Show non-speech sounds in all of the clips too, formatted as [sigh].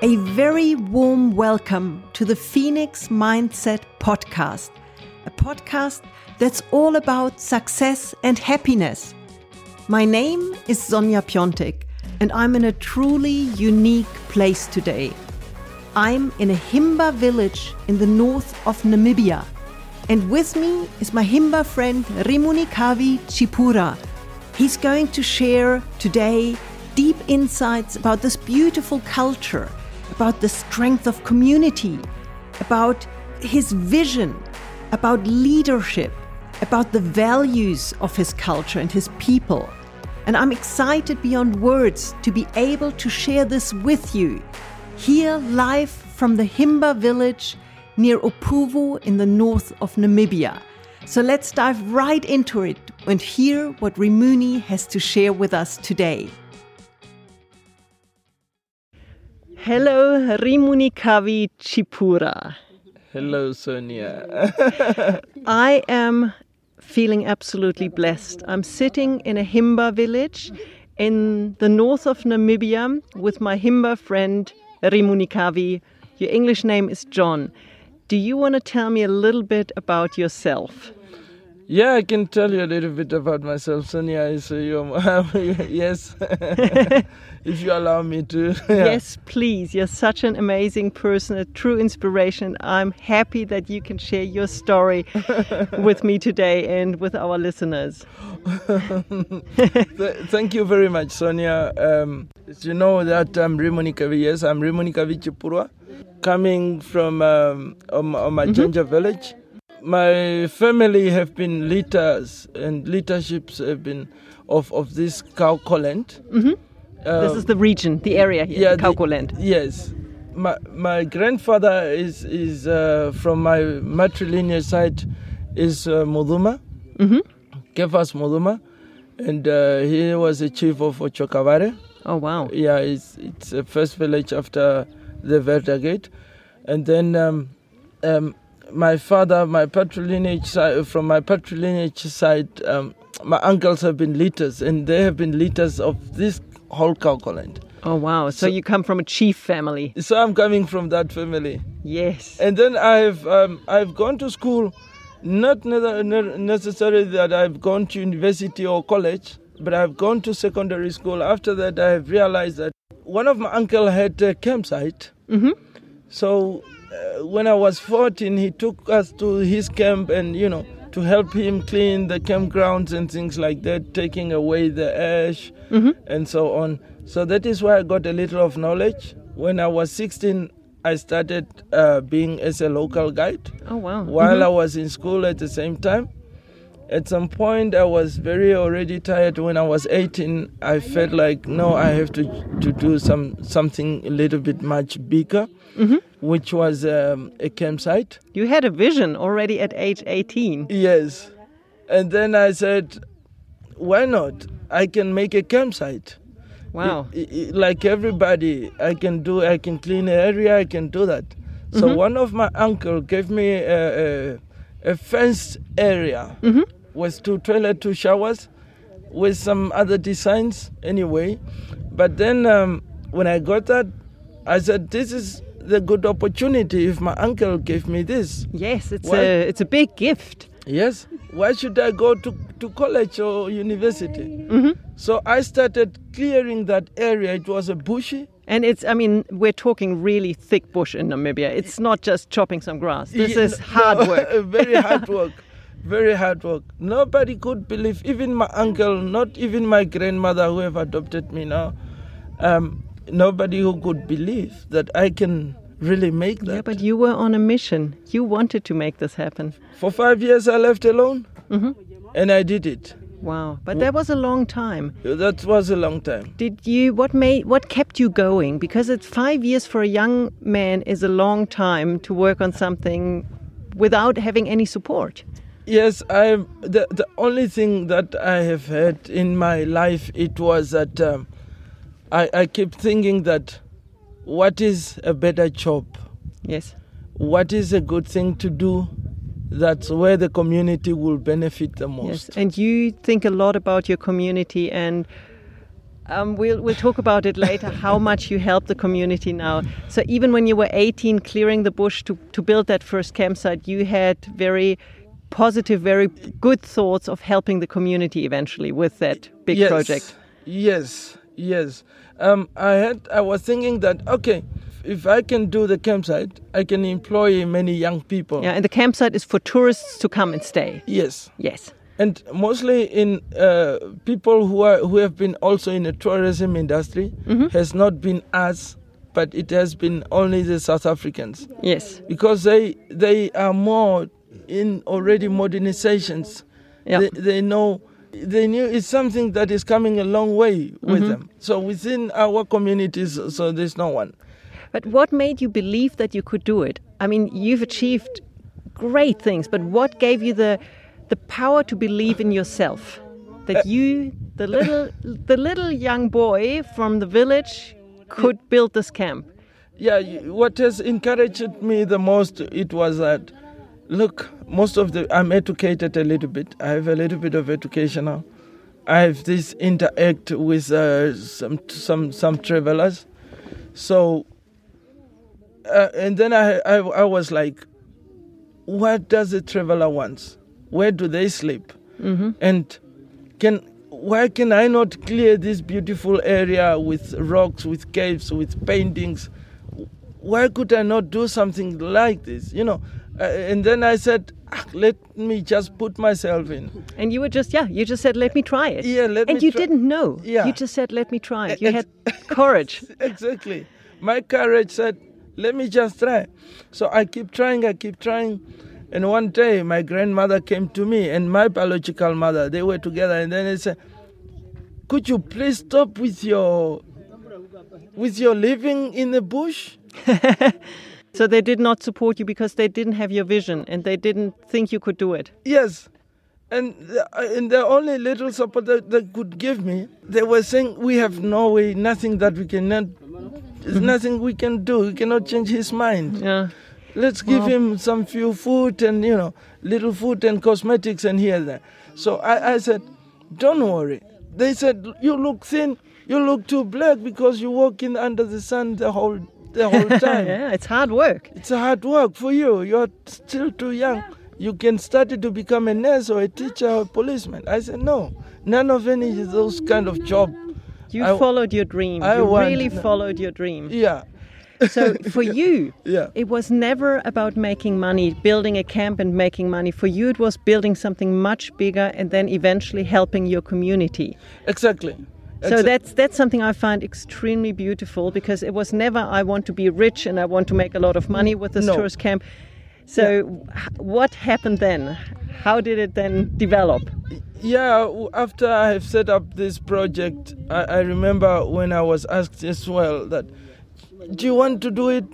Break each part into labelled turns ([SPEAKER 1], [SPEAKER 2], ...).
[SPEAKER 1] A very warm welcome to the Phoenix Mindset Podcast, a podcast that's all about success and happiness. My name is Sonja Piontek, and I'm in a truly unique place today. I'm in a Himba village in the north of Namibia, and with me is my Himba friend Rimunikavi Chipura. He's going to share today deep insights about this beautiful culture about the strength of community, about his vision, about leadership, about the values of his culture and his people. And I'm excited beyond words to be able to share this with you here live from the Himba village near Opuvo in the north of Namibia. So let's dive right into it and hear what Rimuni has to share with us today. Hello, Rimunikavi Chipura.
[SPEAKER 2] Hello, Sonia.
[SPEAKER 1] I am feeling absolutely blessed. I'm sitting in a Himba village in the north of Namibia with my Himba friend Rimunikavi. Your English name is John. Do you want to tell me a little bit about yourself?
[SPEAKER 2] yeah, I can tell you a little bit about myself, Sonia. So you, [laughs] yes, if you allow me to. Yeah.
[SPEAKER 1] Yes, please. You're such an amazing person, a true inspiration. I'm happy that you can share your
[SPEAKER 2] [laughs]
[SPEAKER 1] story with me today and with our listeners.
[SPEAKER 2] Th- thank you very much, Sonia. Um, as you know that I'm Rimoni Kavi. Yes, I'm Rimoni Kavi Chipurwa, coming from um, um, Omajanja village. My family have been leaders and leaderships have been of, of this Kaukoland. Mm-hmm.
[SPEAKER 1] this is the region, the area here, yeah,
[SPEAKER 2] the-
[SPEAKER 1] Kaukoland.
[SPEAKER 2] Yes, my my grandfather is is uh, from my matrilineal side is uh, Muduma, Kefas Muduma, and uh, he was a chief of Ochokavare.
[SPEAKER 1] Oh wow.
[SPEAKER 2] Yeah, it's it's the first village after the Verda Gate, and then um, um, my father, my patrilineage side, from my patrilineage side, um, my uncles have been leaders, and they have been leaders of this whole Kaukoland.
[SPEAKER 1] Oh wow. So,
[SPEAKER 2] So-
[SPEAKER 1] you come from a chief family.
[SPEAKER 2] So I'm coming from that family.
[SPEAKER 1] Yes.
[SPEAKER 2] and then I've um, I've gone to school, not ne- ne- necessarily that I've gone to university or college, but I've gone to secondary school. After that, I've realized that one of my uncle had a campsite,
[SPEAKER 1] Mhm.
[SPEAKER 2] so uh, when I was 14, he took us to his camp and you know to help him clean the campgrounds and things like that, taking away the ash and so on. So that is where I got a little of knowledge. When I was 16, I started uh, being as a local guide
[SPEAKER 1] Oh wow.
[SPEAKER 2] while I was in school at the same time. At some point, I was very already tired. When I was 18, I felt like no, I have to to do some something a little bit much bigger, which was um, a campsite.
[SPEAKER 1] You had a vision already at age 18.
[SPEAKER 2] Yes, and then I said, why not? I can make a campsite.
[SPEAKER 1] Wow.
[SPEAKER 2] I- I- like everybody, I can do, I can clean the area, I can do that. So one of my uncle gave me a, a, a fenced area with two toilet, two showers, with some other designs anyway. But then um, when I got that, I said, this is the good opportunity if my uncle gave me this.
[SPEAKER 1] Yes, it's
[SPEAKER 2] Well-
[SPEAKER 1] a it's a big gift.
[SPEAKER 2] Yes. Why should I go to, to college or university? So I started clearing that area. It was a bushy.
[SPEAKER 1] And it's I mean, we're talking really thick bush in Namibia. It's not just chopping some grass. This
[SPEAKER 2] Yeah,
[SPEAKER 1] is
[SPEAKER 2] no,
[SPEAKER 1] hard
[SPEAKER 2] no, [laughs]
[SPEAKER 1] work.
[SPEAKER 2] very hard work. Very hard work. Nobody could believe, even my uncle, not even my grandmother who have adopted me now, um, nobody who could believe that I can really make that.
[SPEAKER 1] Yeah, but you were on a mission. You wanted to make this happen.
[SPEAKER 2] For five years I left alone
[SPEAKER 1] Mm-hmm.
[SPEAKER 2] and I did it.
[SPEAKER 1] Wow. But that was a long time.
[SPEAKER 2] That was a long time.
[SPEAKER 1] Did you what made what kept you going? Because it's 5 years for a young man is a long time to work on something without having any support.
[SPEAKER 2] Yes, I. The the only thing that I have had in my life it was that um, I I keep thinking that what is a better job,
[SPEAKER 1] Yes.
[SPEAKER 2] what is a good thing to do, that's where the community will benefit the
[SPEAKER 1] Yes,
[SPEAKER 2] most.
[SPEAKER 1] and you think a lot about your community and Um, we'll, we'll talk about it later, how much you help the community now. So, even when you were 18, clearing the bush to, to build that first campsite, you had very positive, very good thoughts of helping the community eventually with that big
[SPEAKER 2] yes,
[SPEAKER 1] project.
[SPEAKER 2] Yes, yes. Um, I had I was thinking that okay, if I can do the campsite, I can employ many young people.
[SPEAKER 1] Yeah, and the campsite is for tourists to come and stay.
[SPEAKER 2] Yes,
[SPEAKER 1] Yes.
[SPEAKER 2] and mostly in uh, people who are who have been also in the tourism industry
[SPEAKER 1] Mm-hmm.
[SPEAKER 2] has not been us, but it has been only the South Africans
[SPEAKER 1] Yes.
[SPEAKER 2] because they they are more in already modernizations.
[SPEAKER 1] Yeah.
[SPEAKER 2] They, they know they knew it's something that is coming a long way with them. So within our communities, so there's no one.
[SPEAKER 1] But what made you believe that you could do it? I mean, you've achieved great things, but what gave you the the power to believe in yourself?
[SPEAKER 2] Uh,
[SPEAKER 1] That you, the little the little young boy from the village could build this camp.
[SPEAKER 2] Yeah, you- what has encouraged me the most it was that look, most of the I'm educated a little bit. I have a little bit of education now. I have this interact with uh, some some some travelers, so uh, and then I, I I was like, what does a traveler wants? Where do they sleep? And can why can I not clear this beautiful area with rocks, with caves, with paintings? Why could I not do something like this? You know. Uh, and then I said, "Ah, let me just put myself in. [laughs]
[SPEAKER 1] And you were just yeah, you just said, Let me try it.
[SPEAKER 2] Yeah, let
[SPEAKER 1] and
[SPEAKER 2] me
[SPEAKER 1] you
[SPEAKER 2] try-
[SPEAKER 1] didn't know.
[SPEAKER 2] Yeah.
[SPEAKER 1] You just said, Let me try it. You
[SPEAKER 2] And- [laughs]
[SPEAKER 1] had courage.
[SPEAKER 2] exactly. My courage said, let me just try. So I keep trying, I keep trying. And one day my grandmother came to me and my biological mother, they were together and then they said, Could you please stop with your with your living in the bush?
[SPEAKER 1] So they did not support you because they didn't have your vision and they didn't think you could do it.
[SPEAKER 2] Yes. And the, and the only little support that they could give me, they were saying, We have no way, nothing that we cannot, there's nothing we can do. We cannot change his mind.
[SPEAKER 1] Yeah.
[SPEAKER 2] Let's give him some few food and you know little food and cosmetics and here and there. So I, I said, don't worry. They said you look thin, you look too black because you walk in under the sun the whole the whole
[SPEAKER 1] [laughs]
[SPEAKER 2] time.
[SPEAKER 1] Yeah, it's hard work.
[SPEAKER 2] It's a hard work for you. You're still too young. You can study to become a nurse or a teacher or a policeman. I said no, none of any of those kind of job.
[SPEAKER 1] You
[SPEAKER 2] I-
[SPEAKER 1] followed your dream.
[SPEAKER 2] I
[SPEAKER 1] you
[SPEAKER 2] want-
[SPEAKER 1] really followed your dream.
[SPEAKER 2] [laughs] Yeah,
[SPEAKER 1] So for you,
[SPEAKER 2] yeah.
[SPEAKER 1] it was never about making money, building a camp and making money. For you, it was building something much bigger and then eventually helping your community.
[SPEAKER 2] Exactly.
[SPEAKER 1] So
[SPEAKER 2] Exa-
[SPEAKER 1] that's that's something I find extremely beautiful because it was never I want to be rich and I want to make a lot of money with this
[SPEAKER 2] No.
[SPEAKER 1] tourist camp. So h- what happened then? How did it then develop?
[SPEAKER 2] Yeah, w- after I have set up this project, I, I remember when I was asked as well that, do you want to do it?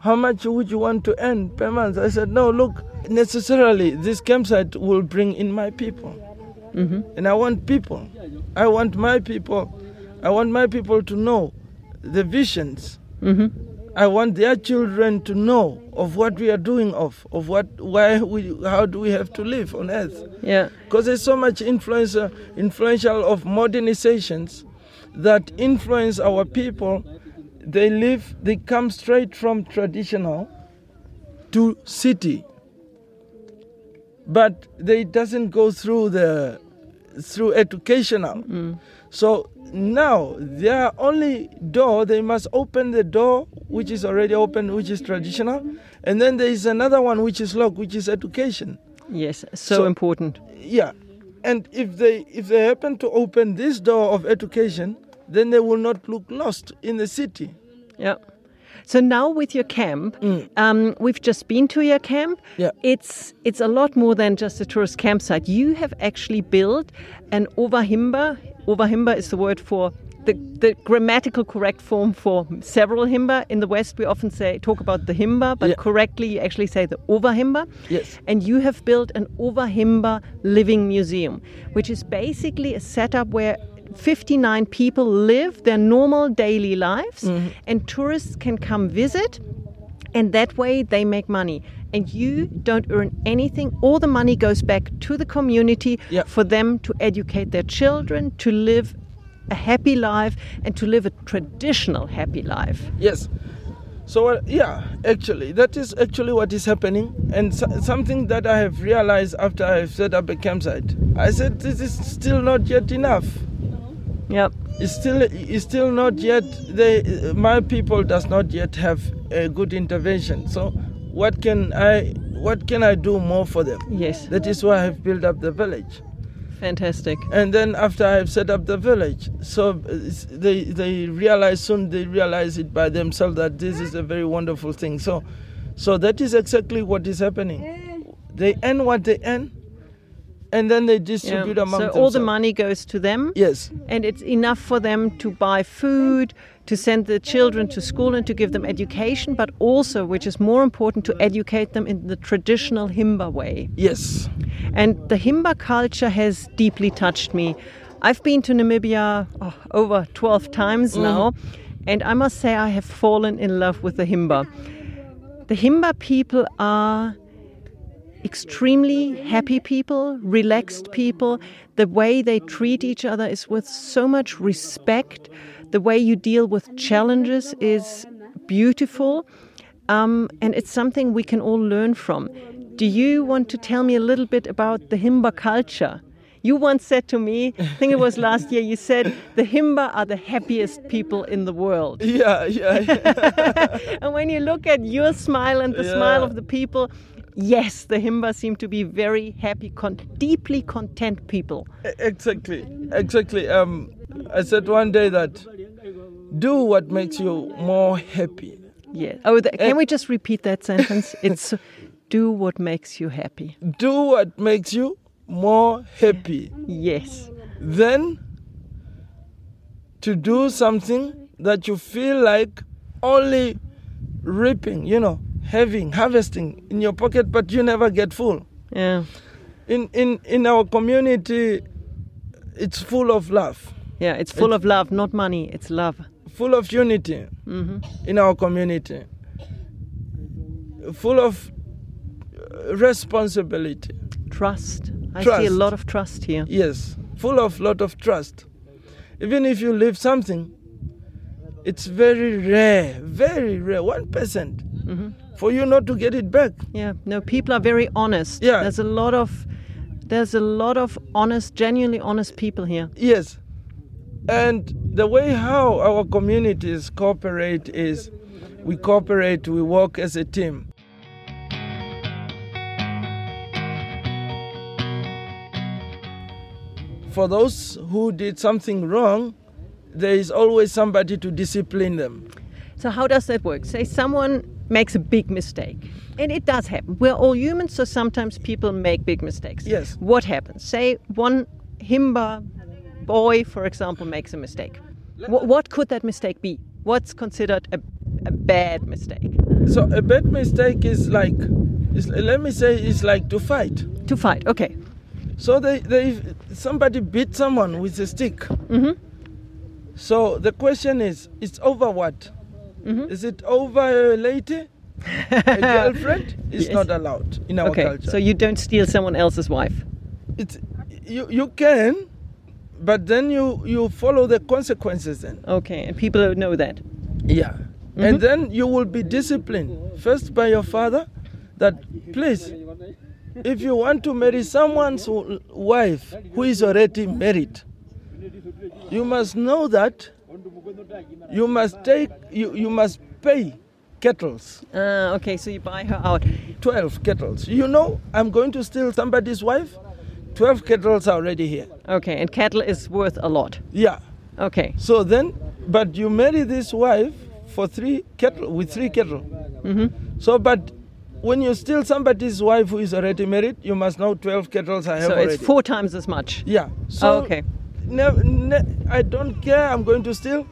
[SPEAKER 2] How much would you want to earn per month? I said, no, look, necessarily this campsite will bring in my people. And I want people. I want my people. I want my people to know the visions.
[SPEAKER 1] Mm-hmm.
[SPEAKER 2] I want their children to know of what we are doing of, of what, why we, how do we have to live on earth
[SPEAKER 1] Yeah.
[SPEAKER 2] because there's so much influence, uh, influential of modernizations that influence our people. They live, they come straight from traditional to city, but they doesn't go through the through educational. So now their only door they must open the door which is already open, which is traditional, and then there is another one which is locked, which is education
[SPEAKER 1] Yes, so,
[SPEAKER 2] So-
[SPEAKER 1] important.
[SPEAKER 2] yeah and if they if they happen to open this door of education then they will not look lost in the city
[SPEAKER 1] Yeah. So now with your camp, um, we've just been to your camp.
[SPEAKER 2] Mm. Yeah.
[SPEAKER 1] It's it's a lot more than just a tourist campsite. You have actually built an overhimba. Overhimba is the word for the, the grammatical correct form for several himba. In the West, we often say talk about the himba, but
[SPEAKER 2] Yeah.
[SPEAKER 1] correctly you actually say the overhimba.
[SPEAKER 2] Yes.
[SPEAKER 1] And you have built an overhimba living museum, which is basically a setup where 59 people live their normal daily lives and tourists can come visit and that way they make money and you don't earn anything all the money goes back to the community
[SPEAKER 2] Yeah.
[SPEAKER 1] for them to educate their children to live a happy life and to live a traditional happy life.
[SPEAKER 2] Yes. So uh, yeah, actually, that is actually what is happening, and so- something that I have realized after I have set up a campsite. I said this is still not yet enough.
[SPEAKER 1] Yep.
[SPEAKER 2] It's still, it's still not yet. They, uh, my people does not yet have a good intervention. So, what can I, what can I do more for them?
[SPEAKER 1] Yes.
[SPEAKER 2] That is why I have built up the village.
[SPEAKER 1] Fantastic.
[SPEAKER 2] And then after I have set up the village, so uh, it's- they they realize soon they realize it by themselves that this is a very wonderful thing. So, so that is exactly what is happening. They earn what they earn, and then they
[SPEAKER 1] Yeah.
[SPEAKER 2] distribute
[SPEAKER 1] So
[SPEAKER 2] among themselves.
[SPEAKER 1] all the money goes to them.
[SPEAKER 2] Yes,
[SPEAKER 1] And it's enough for them to buy food, to send the children to school, and to give them education, but also, which is more important, to educate them in the traditional Himba way.
[SPEAKER 2] yes, [laughs]
[SPEAKER 1] And the Himba culture has deeply touched me. I've been to Namibia oh, over 12 times now, and I must say I have fallen in love with the Himba. The Himba people are extremely happy people, relaxed people. The way they treat each other is with so much respect. The way you deal with challenges is beautiful. Um, and it's something we can all learn from. Do you want to tell me a little bit about the Himba culture? You once said to me, I think it
[SPEAKER 2] [laughs]
[SPEAKER 1] was last year, you said, the Himba are the happiest people in the world.
[SPEAKER 2] yeah, yeah. yeah. [laughs]
[SPEAKER 1] [laughs] And when you look at your smile and the
[SPEAKER 2] Yeah.
[SPEAKER 1] smile of the people, yes, the Himba seem to be very happy, con- deeply content people.
[SPEAKER 2] exactly, exactly. Um, I said one day that do what makes you more happy.
[SPEAKER 1] Yes. Oh, the, can we just repeat that
[SPEAKER 2] [laughs]
[SPEAKER 1] sentence? It's do what makes you happy.
[SPEAKER 2] Do what makes you more happy.
[SPEAKER 1] Yes.
[SPEAKER 2] then to do something that you feel like only reaping, you know, having, harvesting in your pocket, but you never get full.
[SPEAKER 1] Yeah.
[SPEAKER 2] In in in our community, it's full of love,
[SPEAKER 1] Yeah. It's full of love, not money. It's love.
[SPEAKER 2] full of unity
[SPEAKER 1] Mm-hmm.
[SPEAKER 2] in our community, full of uh, responsibility.
[SPEAKER 1] Trust. I see a
[SPEAKER 2] Trust.
[SPEAKER 1] lot of trust here.
[SPEAKER 2] Yes, full of lot of trust. Even if you leave something, it's very rare, very rare, one for you not to get it back.
[SPEAKER 1] Yeah. No, people are very honest.
[SPEAKER 2] Yeah.
[SPEAKER 1] There's a lot of there's a lot of honest, genuinely honest people here.
[SPEAKER 2] Yes, and the way how our communities cooperate is, we cooperate, we work as a team. For those who did something wrong, there is always somebody to discipline them.
[SPEAKER 1] So how does that work? Say someone makes a big mistake, and it does happen. We're all humans, so sometimes people make big mistakes.
[SPEAKER 2] Yes.
[SPEAKER 1] What happens? Say one Himba boy, for example, makes a mistake. Wh- what could that mistake be? What's considered a, a bad mistake?
[SPEAKER 2] So a bad mistake is like, is, let me say, it's like to fight.
[SPEAKER 1] To fight. Okay.
[SPEAKER 2] So they, they, somebody beat someone with a stick.
[SPEAKER 1] Mm-hmm.
[SPEAKER 2] So the question is, it's over what?
[SPEAKER 1] Mm-hmm.
[SPEAKER 2] Is it over a lady,
[SPEAKER 1] [laughs]
[SPEAKER 2] a girlfriend? It's
[SPEAKER 1] Yes.
[SPEAKER 2] not allowed in our
[SPEAKER 1] okay.
[SPEAKER 2] culture.
[SPEAKER 1] So you don't steal someone else's wife.
[SPEAKER 2] it's, you you can, but then you you follow the consequences then.
[SPEAKER 1] Okay. And people know that.
[SPEAKER 2] Yeah. And then you will be disciplined first by your father that please if you want to marry someone's w- wife who is already married you must know that you must take you, you must pay kettles
[SPEAKER 1] Uh, okay. So you buy her out.
[SPEAKER 2] 12 kettles you know i'm going to steal somebody's wife 12 kettles are already here
[SPEAKER 1] Okay. And cattle is worth a lot.
[SPEAKER 2] yeah
[SPEAKER 1] Okay.
[SPEAKER 2] So then, but you marry this wife for three cattle with three cattle.
[SPEAKER 1] Mm-hmm.
[SPEAKER 2] So, but when you steal somebody's wife who is already married, you must know twelve cattle I have
[SPEAKER 1] So
[SPEAKER 2] already.
[SPEAKER 1] it's four times as much.
[SPEAKER 2] Yeah. So
[SPEAKER 1] okay.
[SPEAKER 2] nev- ne- I don't care. I'm going to steal,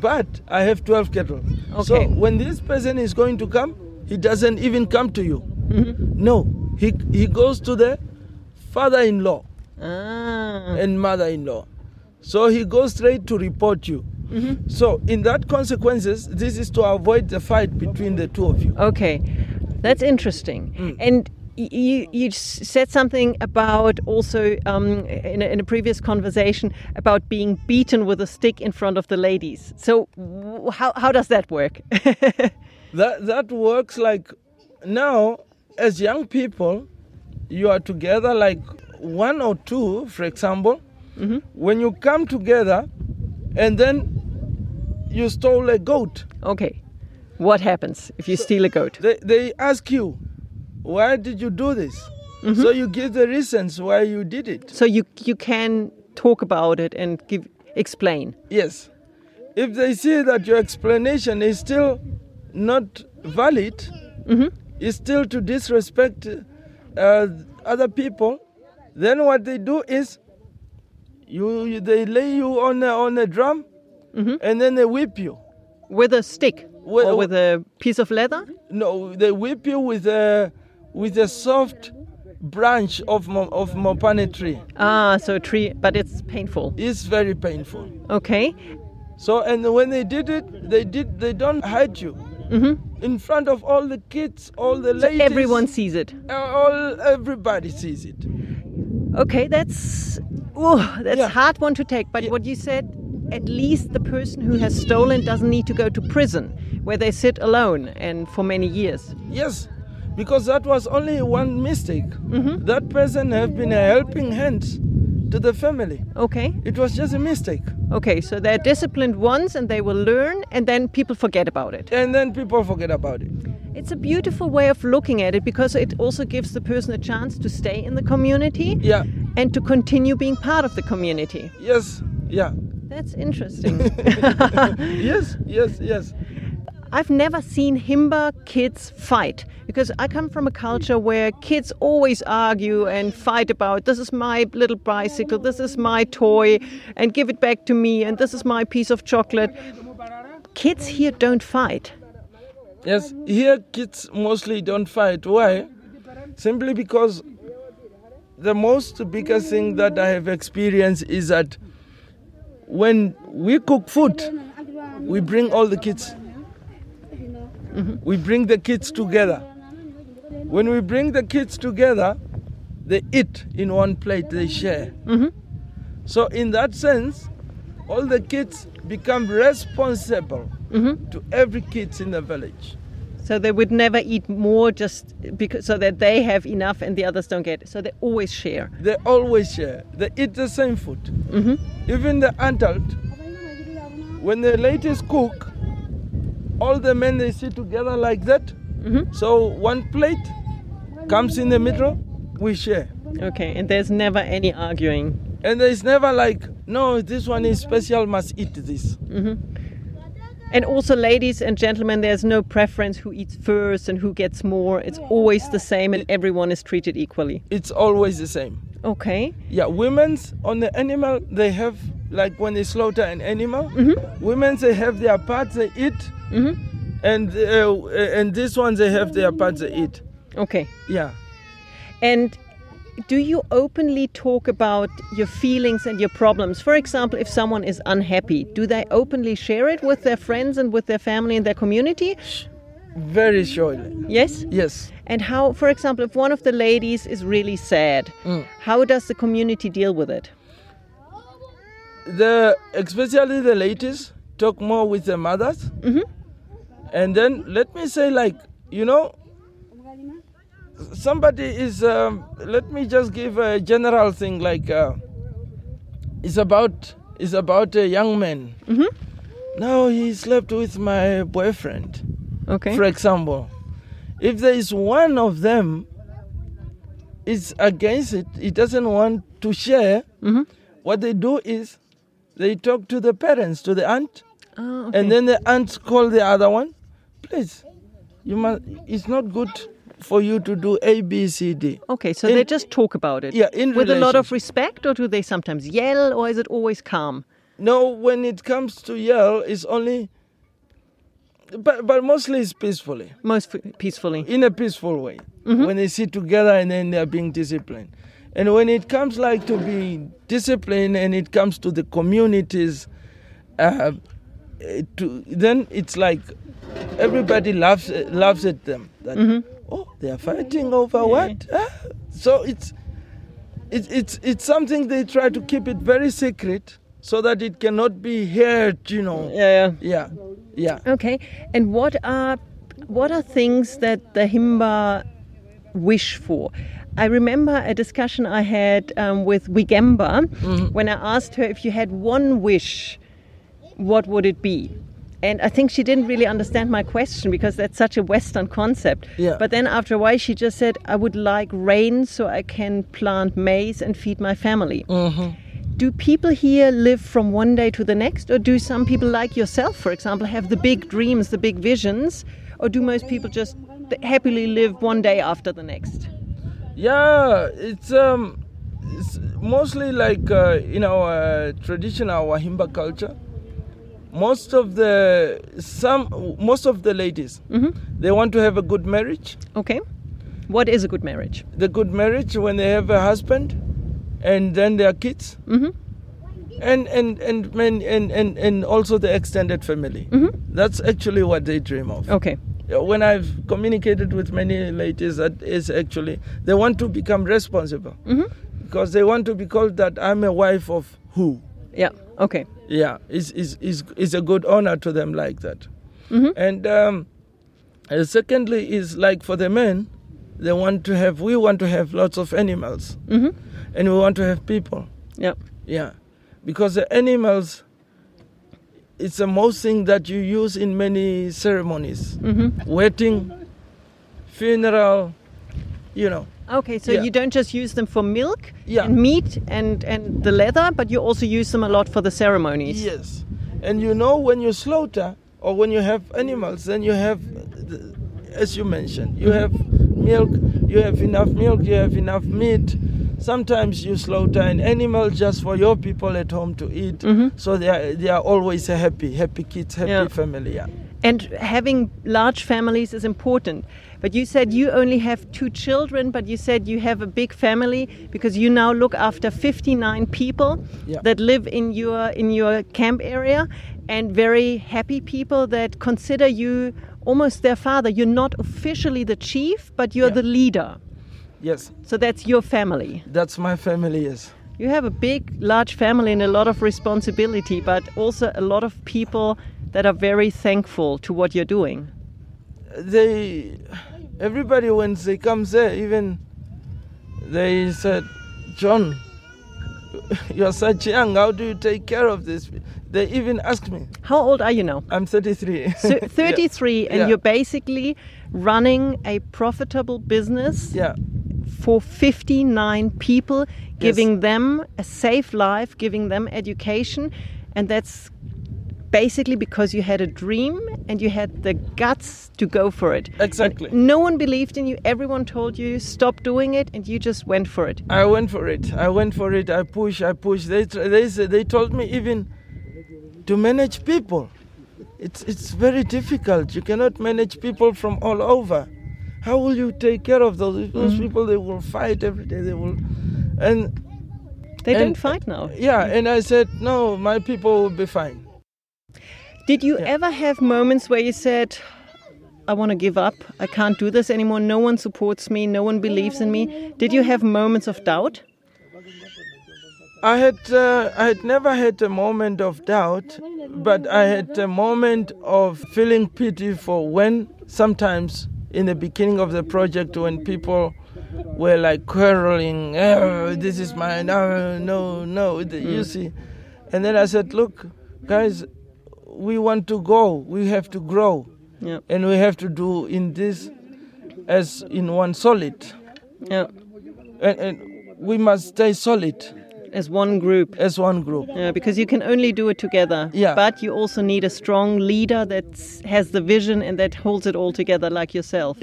[SPEAKER 2] but I have twelve cattle.
[SPEAKER 1] Okay.
[SPEAKER 2] So when this person is going to come, he doesn't even come to you.
[SPEAKER 1] Mm-hmm.
[SPEAKER 2] No, he he goes to the father-in-law
[SPEAKER 1] Ah.
[SPEAKER 2] and mother-in-law. So he goes straight to report you. So in that consequences, this is to avoid the fight between the two of you.
[SPEAKER 1] Okay, that's interesting. And y- you you s- said something about also um, in, a, in a previous conversation about being beaten with a stick in front of the ladies. So w- how how does that work? [laughs]
[SPEAKER 2] That that works like now as young people, you are together like one or two, for example. When you come together, and then you stole a goat,
[SPEAKER 1] okay, what happens if you steal a goat?
[SPEAKER 2] they they ask you, why did you do this? So you give the reasons why you did it.
[SPEAKER 1] So you you can talk about it and give explain.
[SPEAKER 2] Yes. If they see that your explanation is still not valid, is still to disrespect uh, other people, then what they do is you, you- they lay you on a, on a drum and then they whip you.
[SPEAKER 1] with a stick
[SPEAKER 2] Wi-
[SPEAKER 1] or with a piece of leather.
[SPEAKER 2] No, they whip you with a with a soft branch of mo- of mopane tree.
[SPEAKER 1] Ah, so a tree, but it's painful.
[SPEAKER 2] It's very painful.
[SPEAKER 1] Okay,
[SPEAKER 2] So and when they did it, they did they don't hurt you. In front of all the kids, all the
[SPEAKER 1] so
[SPEAKER 2] ladies, uh,
[SPEAKER 1] everyone sees it.
[SPEAKER 2] all everybody sees it.
[SPEAKER 1] Okay, that's oh, that's
[SPEAKER 2] Yeah.
[SPEAKER 1] a hard one to take. But what you said, at least the person who has stolen doesn't need to go to prison, where they sit alone and for many years.
[SPEAKER 2] Yes, because that was only one mistake. That person have been a helping hand to the family.
[SPEAKER 1] Okay,
[SPEAKER 2] It was just a mistake,
[SPEAKER 1] okay, so they're disciplined once and they will learn, and then people forget about it.
[SPEAKER 2] and then people forget about it.
[SPEAKER 1] It's a beautiful way of looking at it because it also gives the person a chance to stay in the community
[SPEAKER 2] Yeah.
[SPEAKER 1] and to continue being part of the community.
[SPEAKER 2] Yes. Yeah.
[SPEAKER 1] That's interesting. [laughs]
[SPEAKER 2] Yes. Yes. Yes.
[SPEAKER 1] I've never seen Himba kids fight because I come from a culture where kids always argue and fight about this is my little bicycle, this is my toy, and give it back to me, and this is my piece of chocolate. Kids here don't fight.
[SPEAKER 2] Yes, here kids mostly don't fight. Why? Simply because the most biggest thing that I have experienced is that when we cook food, we bring all the kids. We bring the kids together. When we bring the kids together, they eat in one plate, they share. So, in that sense, all the kids become responsible to every kids in the village.
[SPEAKER 1] So they would never eat more just because so that they have enough and the others don't get. So they always share. Mm-hmm.
[SPEAKER 2] they always share. They eat the same food. Even the adult, when the ladies cook, all the men they sit together like that.
[SPEAKER 1] Mm-hmm.
[SPEAKER 2] So one plate comes in the middle, we share.
[SPEAKER 1] Okay, and there's never any arguing.
[SPEAKER 2] And there's never like, no, this one is special, must eat this.
[SPEAKER 1] And also, ladies and gentlemen, there's no preference who eats first and who gets more. It's always the same, and everyone is treated equally.
[SPEAKER 2] It's always the same.
[SPEAKER 1] Okay.
[SPEAKER 2] Yeah, women's on the animal they have like when they slaughter an animal, women they have their parts they eat,
[SPEAKER 1] Mm-hmm.
[SPEAKER 2] and uh, and this one they have their parts they eat.
[SPEAKER 1] Okay.
[SPEAKER 2] Yeah,
[SPEAKER 1] And do you openly talk about your feelings and your problems? For example, if someone is unhappy, do they openly share it with their friends and with their family and their community?
[SPEAKER 2] very surely.
[SPEAKER 1] Yes?
[SPEAKER 2] Yes,
[SPEAKER 1] And how, for example, if one of the ladies is really sad, how does the community deal with it?
[SPEAKER 2] the especially the ladies talk more with the mothers,
[SPEAKER 1] Mm-hmm.
[SPEAKER 2] and then let me say like you know somebody is um, let me just give a general thing like uh, it's about it's about a young man now he slept with my boyfriend
[SPEAKER 1] Okay.
[SPEAKER 2] for example if there is one of them is against it he doesn't want to share what they do is they talk to the parents to the aunt
[SPEAKER 1] Ah,
[SPEAKER 2] and then the aunt call the other one please you must it's not good for you to do a b c d
[SPEAKER 1] Okay, so
[SPEAKER 2] In-
[SPEAKER 1] they just talk about it.
[SPEAKER 2] Yeah, in
[SPEAKER 1] with a lot of
[SPEAKER 2] relationship.
[SPEAKER 1] respect, or do they sometimes yell, or is it always calm?
[SPEAKER 2] No, when it comes to yell, it's only, but but mostly it's peacefully,
[SPEAKER 1] Most f- peacefully.
[SPEAKER 2] in a peaceful way. When they sit together and then they are being disciplined, and when it comes like to be disciplined and it comes to the communities, uh, eh, to then it's like everybody laughs laughs eh, at them. That oh, they are fighting over what? Ah. So it's, it's, it's, it's something they try to keep it very secret so that it cannot be heard, you know.
[SPEAKER 1] Yeah,
[SPEAKER 2] Yeah, yeah.
[SPEAKER 1] Okay. And what are what are things that the Himba wish for? I remember a discussion I had um, with Wigemba when I asked her if you had one wish, what would it be? And I think she didn't really understand my question because that's such a Western concept.
[SPEAKER 2] Yeah.
[SPEAKER 1] But then after a while, she just said, I would like rain so I can plant maize and feed my family. Do people here live from one day to the next, or do some people like yourself, for example, have the big dreams, the big visions, or do most people just th- happily live one day after the next?
[SPEAKER 2] Yeah, it's um, it's mostly like uh, in our traditional Wahimba culture. Most of the some most of the ladies they want to have a good marriage.
[SPEAKER 1] Mm-hmm. Okay, what is a good marriage?
[SPEAKER 2] The good marriage when they have a husband, and then their kids,
[SPEAKER 1] Mhm.
[SPEAKER 2] and, and, and and and and and also the extended family. That's actually what they dream of.
[SPEAKER 1] Mm-hmm. Okay,
[SPEAKER 2] Yeah, When I've communicated with many ladies, that is actually they want to become responsible
[SPEAKER 1] Mm-hmm.
[SPEAKER 2] because they want to be called that I'm a wife of who.
[SPEAKER 1] yeah, okay,
[SPEAKER 2] Yeah, is is is is a good honor to them like that.
[SPEAKER 1] Mm-hmm.
[SPEAKER 2] And um, uh, secondly, is like for the men, they want to have we want to have lots of animals, and we want to have people.
[SPEAKER 1] Mm-hmm. yeah,
[SPEAKER 2] Yeah, because the animals, it's the most thing that you use in many ceremonies,
[SPEAKER 1] Mm-hmm.
[SPEAKER 2] wedding, funeral, you know.
[SPEAKER 1] okay. So
[SPEAKER 2] Yeah.
[SPEAKER 1] you don't just use them for milk
[SPEAKER 2] Yeah.
[SPEAKER 1] and meat and and the leather, but you also use them a lot for the ceremonies.
[SPEAKER 2] Yes, and you know when you slaughter or when you have animals, then you have, the- as you mentioned, you have milk, you have enough milk, you have enough meat. Sometimes you slaughter an animal just for your people at home to eat, so they are they are always a happy, happy kids, happy
[SPEAKER 1] Yeah.
[SPEAKER 2] family. Yeah.
[SPEAKER 1] And having large families is important. But you said you only have two children, but you said you have a big family because you now look after 59 people
[SPEAKER 2] Yeah.
[SPEAKER 1] that live in your in your camp area and very happy people that consider you almost their father. You're not officially the chief, but you're
[SPEAKER 2] Yeah.
[SPEAKER 1] the leader.
[SPEAKER 2] Yes.
[SPEAKER 1] So that's your family.
[SPEAKER 2] That's my family, yes.
[SPEAKER 1] You have a big, large family and a lot of responsibility, but also a lot of people that are very thankful to what you're doing.
[SPEAKER 2] They, everybody when they come there, even they said, John, [laughs] you're such young. How do you take care of this? They even asked me.
[SPEAKER 1] How old are you now?
[SPEAKER 2] I'm 33.
[SPEAKER 1] So
[SPEAKER 2] [laughs] Yeah.
[SPEAKER 1] 33, and
[SPEAKER 2] Yeah.
[SPEAKER 1] you're basically running a profitable business
[SPEAKER 2] Yeah.
[SPEAKER 1] for 59 people, giving them a safe life, giving them education, and that's basically because you had a dream and you had the guts to go for it.
[SPEAKER 2] Exactly.
[SPEAKER 1] No one believed in you, everyone told you stop doing it, and you just went for it.
[SPEAKER 2] I went for it. I went for it. I push. I push. They tr- they said- they told me even to manage people. It's it's very difficult. You cannot manage people from all over. How will you take care of those those people? They will fight every day. They will, and
[SPEAKER 1] They
[SPEAKER 2] And-
[SPEAKER 1] don't fight now.
[SPEAKER 2] yeah. And I said no. My people will be fine.
[SPEAKER 1] Did you ever have moments where you said, I want to give up, I can't do this anymore, no one supports me, no one believes in me? Did you have moments of doubt?
[SPEAKER 2] I had uh, I had never had a moment of doubt, but I had a moment of feeling pity for when sometimes in the beginning of the project when people were like quarreling, oh, this is mine, oh, no, no, the- you see, and then I said, look, guys, we want to go, we have to grow,
[SPEAKER 1] Yeah,
[SPEAKER 2] and we have to do in this as in one solid,
[SPEAKER 1] yeah,
[SPEAKER 2] and, and we must stay solid
[SPEAKER 1] as one group.
[SPEAKER 2] as one group.
[SPEAKER 1] Yeah, because you can only do it together.
[SPEAKER 2] Yeah.
[SPEAKER 1] But you also need a strong leader that has the vision and that holds it all together, like yourself.
[SPEAKER 2] [laughs]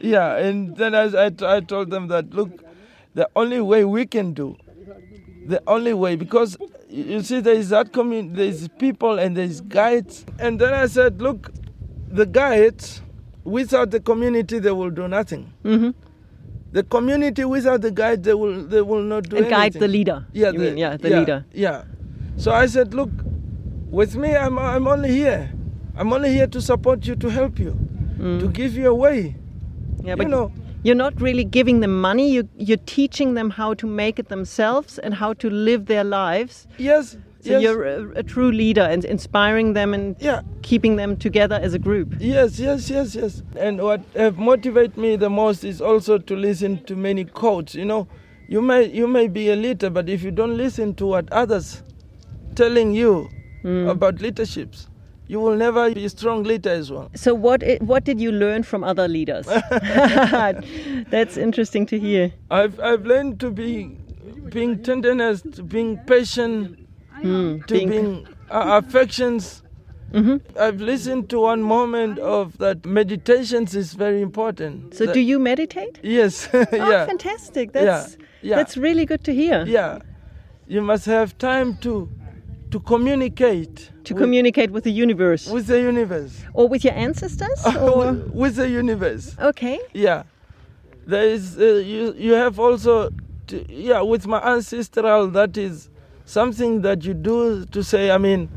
[SPEAKER 2] Yeah, and then I, I, t- I told them that look, the only way we can do, the only way because y- you see there is that commun there is people and there is guides, and then I said look, the guides, without the community they will do nothing. Mm-hmm. The community without the guide they will they will not do
[SPEAKER 1] And guide
[SPEAKER 2] anything.
[SPEAKER 1] the leader.
[SPEAKER 2] Yeah,
[SPEAKER 1] you mean, yeah, the leader.
[SPEAKER 2] Yeah. So I said look, with me I'm I'm only here, I'm only here to support you to help you. to give you away.
[SPEAKER 1] Mm. Yeah,
[SPEAKER 2] you know,
[SPEAKER 1] you're not really giving them money. You, you're teaching them how to make it themselves and how to live their lives.
[SPEAKER 2] yes,
[SPEAKER 1] So
[SPEAKER 2] yes,
[SPEAKER 1] you're a, a true leader and inspiring them and
[SPEAKER 2] Yeah.
[SPEAKER 1] keeping them together as a group.
[SPEAKER 2] yes, yes, yes, yes. And what have motivated me the most is also to listen to many quotes. You know, you may you may be a leader, but if you don't listen to what others telling you
[SPEAKER 1] Mm.
[SPEAKER 2] about leaderships, you will never be a strong leader as well.
[SPEAKER 1] So what i- what did you learn from other leaders? [laughs] That's interesting to hear.
[SPEAKER 2] I've I've learned to be being tenderness, to being patient, to
[SPEAKER 1] Hmm, being- Mm-hmm.
[SPEAKER 2] being, uh, affections. I've listened to one moment of that meditations is very important.
[SPEAKER 1] So
[SPEAKER 2] That-
[SPEAKER 1] do you meditate?
[SPEAKER 2] yes, [laughs]
[SPEAKER 1] Oh,
[SPEAKER 2] yeah,
[SPEAKER 1] fantastic. That's
[SPEAKER 2] yeah.
[SPEAKER 1] that's really good to hear.
[SPEAKER 2] yeah. You must have time to to communicate
[SPEAKER 1] To
[SPEAKER 2] with,
[SPEAKER 1] communicate with the universe
[SPEAKER 2] with the universe,
[SPEAKER 1] or with your
[SPEAKER 2] [laughs]
[SPEAKER 1] ancestors or
[SPEAKER 2] with, with the universe.
[SPEAKER 1] Okay.
[SPEAKER 2] Yeah, there is. Uh, you you have also, to, yeah, with my ancestral. That is something that you do to say. I mean,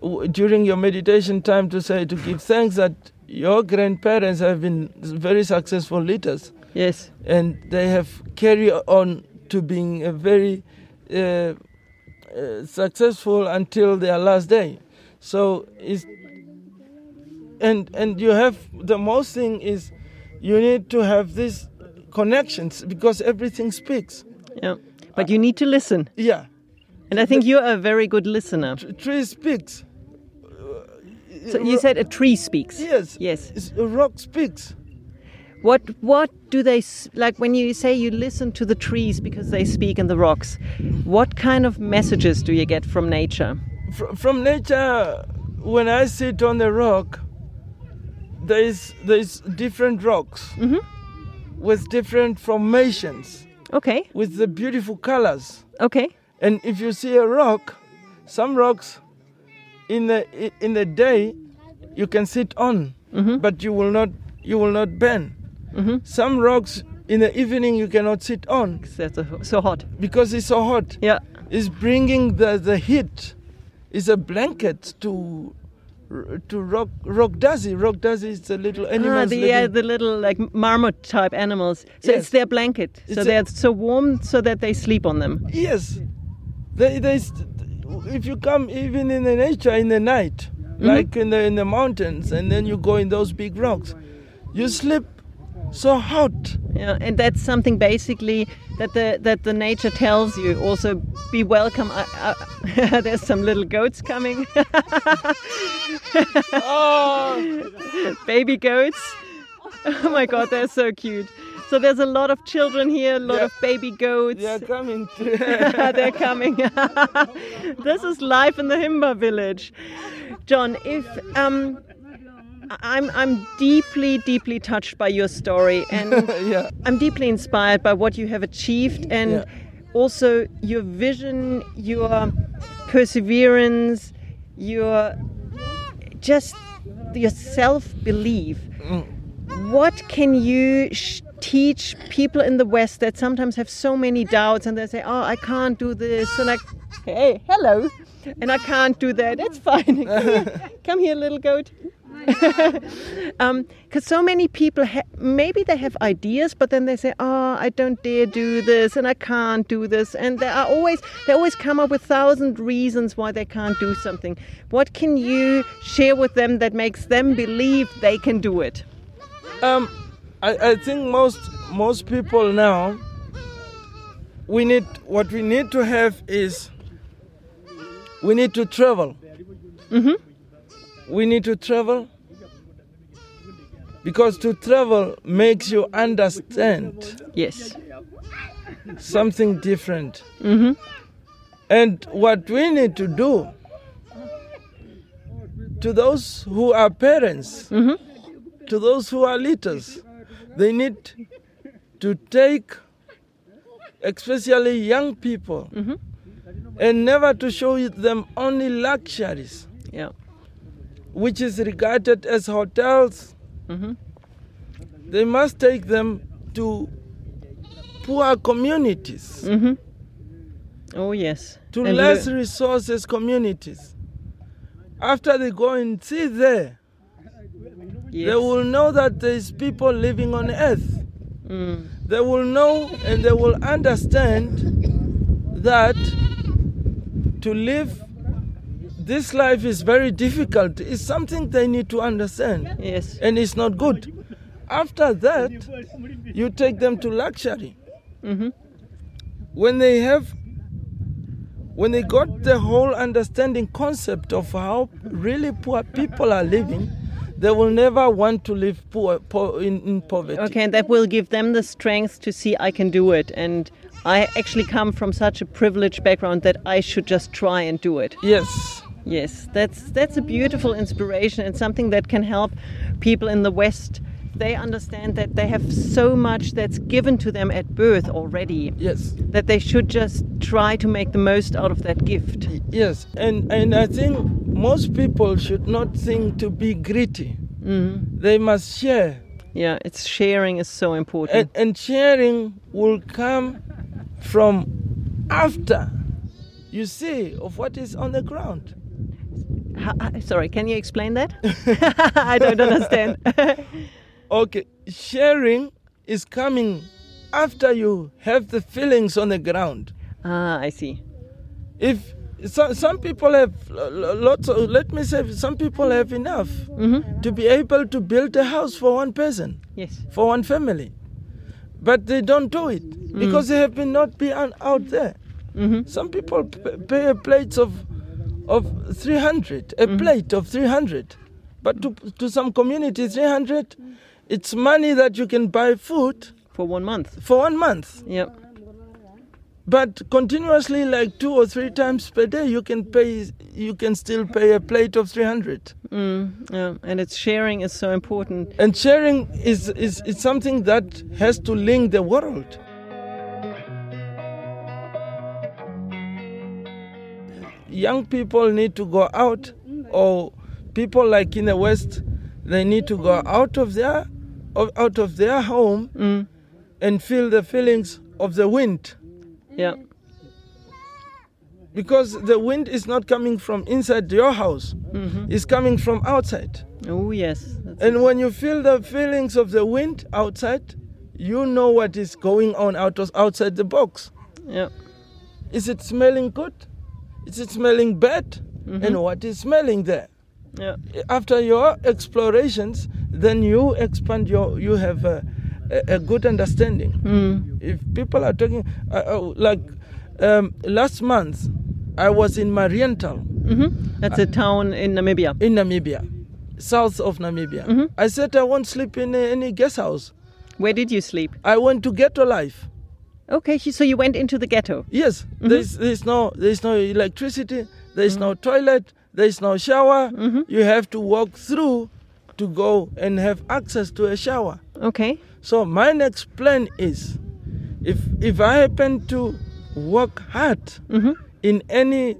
[SPEAKER 2] w- during your meditation time to say to give thanks that your grandparents have been very successful leaders
[SPEAKER 1] Yes.
[SPEAKER 2] and they have carried on to being a very uh, uh, successful until their last day. So it's and and you have the most thing is you need to have these connections because everything speaks.
[SPEAKER 1] Yeah. But you need to listen.
[SPEAKER 2] Yeah,
[SPEAKER 1] And I think you're a very good listener.
[SPEAKER 2] the tree speaks. Uh,
[SPEAKER 1] So you said a tree speaks.
[SPEAKER 2] Yes.
[SPEAKER 1] Yes.
[SPEAKER 2] It's- a rock speaks.
[SPEAKER 1] What what do they s- like when you say you listen to the trees because they speak and the rocks? What kind of messages do you get from nature?
[SPEAKER 2] Fr- from nature, when I sit on the rock, there is there is different rocks with different formations.
[SPEAKER 1] Okay.
[SPEAKER 2] with the beautiful colors.
[SPEAKER 1] Okay.
[SPEAKER 2] And if you see a rock, some rocks in the i- in the day you can sit on, but you will not you will not burn. Some rocks in the evening you cannot sit on
[SPEAKER 1] That's a- so hot.
[SPEAKER 2] because it's so hot.
[SPEAKER 1] Yeah.
[SPEAKER 2] It's bringing the the heat. It's a blanket to r- to rock rock daisy. Rock daisy is the little
[SPEAKER 1] Ah,
[SPEAKER 2] animals.
[SPEAKER 1] the yeah,
[SPEAKER 2] living-
[SPEAKER 1] the little like marmot type animals. So
[SPEAKER 2] Yes.
[SPEAKER 1] it's their blanket.
[SPEAKER 2] It's
[SPEAKER 1] so
[SPEAKER 2] a-
[SPEAKER 1] they're so warm so that they sleep on them.
[SPEAKER 2] Yes, they, they, st- if you come even in the nature in the night,
[SPEAKER 1] Mm-hmm.
[SPEAKER 2] like in the in the mountains, and then you go in those big rocks, you sleep so
[SPEAKER 1] [laughs]
[SPEAKER 2] hot.
[SPEAKER 1] Yeah, and that's something basically that the that the nature tells you. Also, be welcome. I, I, [laughs] there's some little goats coming, [laughs]
[SPEAKER 2] Oh,
[SPEAKER 1] baby goats. Oh my God, they're so cute. So there's a lot of children here, a lot
[SPEAKER 2] Yeah.
[SPEAKER 1] of baby goats.
[SPEAKER 2] they're coming. To
[SPEAKER 1] [laughs]
[SPEAKER 2] [laughs]
[SPEAKER 1] They're coming. [laughs] this is life in the Himba village. John, if um, I- I'm I'm deeply deeply touched by your story and.
[SPEAKER 2] yeah,
[SPEAKER 1] I'm deeply inspired by what you have achieved and
[SPEAKER 2] Yeah.
[SPEAKER 1] also your vision, your perseverance, your just your self belief. What can you sh- teach people in the West that sometimes have so many doubts and they say, "Oh, I can't do this," and I, hey, hello, and I can't do that. That's fine. [laughs] Come here, come here little goat because Um, so many people ha- maybe they have ideas but then they say oh i don't dare do this and i can't do this and there are always they always come up with thousand reasons why they can't do something what can you share with them that makes them believe they can do it
[SPEAKER 2] um, I, I think most most people now. We need what we need to have is we need to travel.
[SPEAKER 1] Mm-hmm.
[SPEAKER 2] We need to travel because to travel makes you understand
[SPEAKER 1] yes Mm-hmm.
[SPEAKER 2] something different. And what we need to do to those who are parents,
[SPEAKER 1] Mm-hmm.
[SPEAKER 2] to those who are leaders, they need to take, especially young people,
[SPEAKER 1] Mm-hmm.
[SPEAKER 2] and never to show them only luxuries
[SPEAKER 1] yeah
[SPEAKER 2] which is regarded as hotels,
[SPEAKER 1] Mm-hmm.
[SPEAKER 2] they must take them to poor communities,
[SPEAKER 1] Mm-hmm. oh yes
[SPEAKER 2] to
[SPEAKER 1] And
[SPEAKER 2] less
[SPEAKER 1] lear-
[SPEAKER 2] resources communities. After they go and see there, They will know that there is people living on earth.
[SPEAKER 1] Mm.
[SPEAKER 2] They will know and they will understand that to live this life is very difficult. It's something they need to understand
[SPEAKER 1] Yes.
[SPEAKER 2] and it's not good. After that, you take them to luxury.
[SPEAKER 1] Mhm.
[SPEAKER 2] When they have, when they got the whole understanding concept of how really poor people are living, they will never want to live poor, poor in, in poverty.
[SPEAKER 1] Okay, and that will give them the strength to see I can do it. And I actually come from such a privileged background that I should just try and do it.
[SPEAKER 2] Yes.
[SPEAKER 1] Yes, that's that's a beautiful inspiration and something that can help people in the West. They understand that they have so much that's given to them at birth already
[SPEAKER 2] Yes.
[SPEAKER 1] that they should just try to make the most out of that gift.
[SPEAKER 2] Yes, and and I think most people should not think to be greedy. They must share,
[SPEAKER 1] Mm-hmm. Yeah, it's sharing is so
[SPEAKER 2] and,
[SPEAKER 1] important.
[SPEAKER 2] and sharing will come from after you see of what is on the ground.
[SPEAKER 1] Ha- ha- sorry, can you explain that? [laughs] I don't understand. [laughs]
[SPEAKER 2] Okay, sharing is coming after you have the feelings on the ground.
[SPEAKER 1] ah, I see.
[SPEAKER 2] If so, some people have l- l- lots of, let me say, some people have enough
[SPEAKER 1] Mm-hmm.
[SPEAKER 2] to be able to build a house for one person.
[SPEAKER 1] Yes.
[SPEAKER 2] for one family. But they don't do it because they have been not been un- out there.
[SPEAKER 1] Mm-hmm.
[SPEAKER 2] Some people p- pay a plate of of 300, a plate of 300. But to, to some community, 300, it's money that you can buy food
[SPEAKER 1] For one month.
[SPEAKER 2] for one month.
[SPEAKER 1] Yep.
[SPEAKER 2] But continuously, like two or three times per day, you can pay. You can still pay a plate of 300.
[SPEAKER 1] Mm, yeah. And it's sharing is so important.
[SPEAKER 2] And sharing is, is, is something that has to link the world. Young people need to go out, or people like in the West, they need to go out of their, of, out of their home
[SPEAKER 1] Mm.
[SPEAKER 2] and feel the feelings of the wind.
[SPEAKER 1] Yeah.
[SPEAKER 2] Because the wind is not coming from inside your house, it's coming from outside.
[SPEAKER 1] Mm-hmm. Oh yes. That's,
[SPEAKER 2] And when you feel the feelings of the wind outside, you know what is going on out outside the box.
[SPEAKER 1] yeah.
[SPEAKER 2] Is it smelling good? Is it smelling bad?
[SPEAKER 1] Mm-hmm.
[SPEAKER 2] And what is smelling there?
[SPEAKER 1] Yeah.
[SPEAKER 2] After your explorations, then you expand your, you have a, a, a good understanding.
[SPEAKER 1] Mm.
[SPEAKER 2] If people are talking, uh, uh, like um, last month, I was in Mariental
[SPEAKER 1] Mm-hmm. That's a town in Namibia.
[SPEAKER 2] in Namibia, south of Namibia. I said I won't sleep in uh, any guest house.
[SPEAKER 1] Where did you sleep?
[SPEAKER 2] I went to ghetto life.
[SPEAKER 1] Okay, he- so you went into the ghetto.
[SPEAKER 2] Yes, there's there's no there's no electricity, there's no toilet, there's no shower. You have to walk through to go and have access to a shower.
[SPEAKER 1] Okay.
[SPEAKER 2] So my next plan is, if if I happen to work hard
[SPEAKER 1] Mm-hmm.
[SPEAKER 2] in any,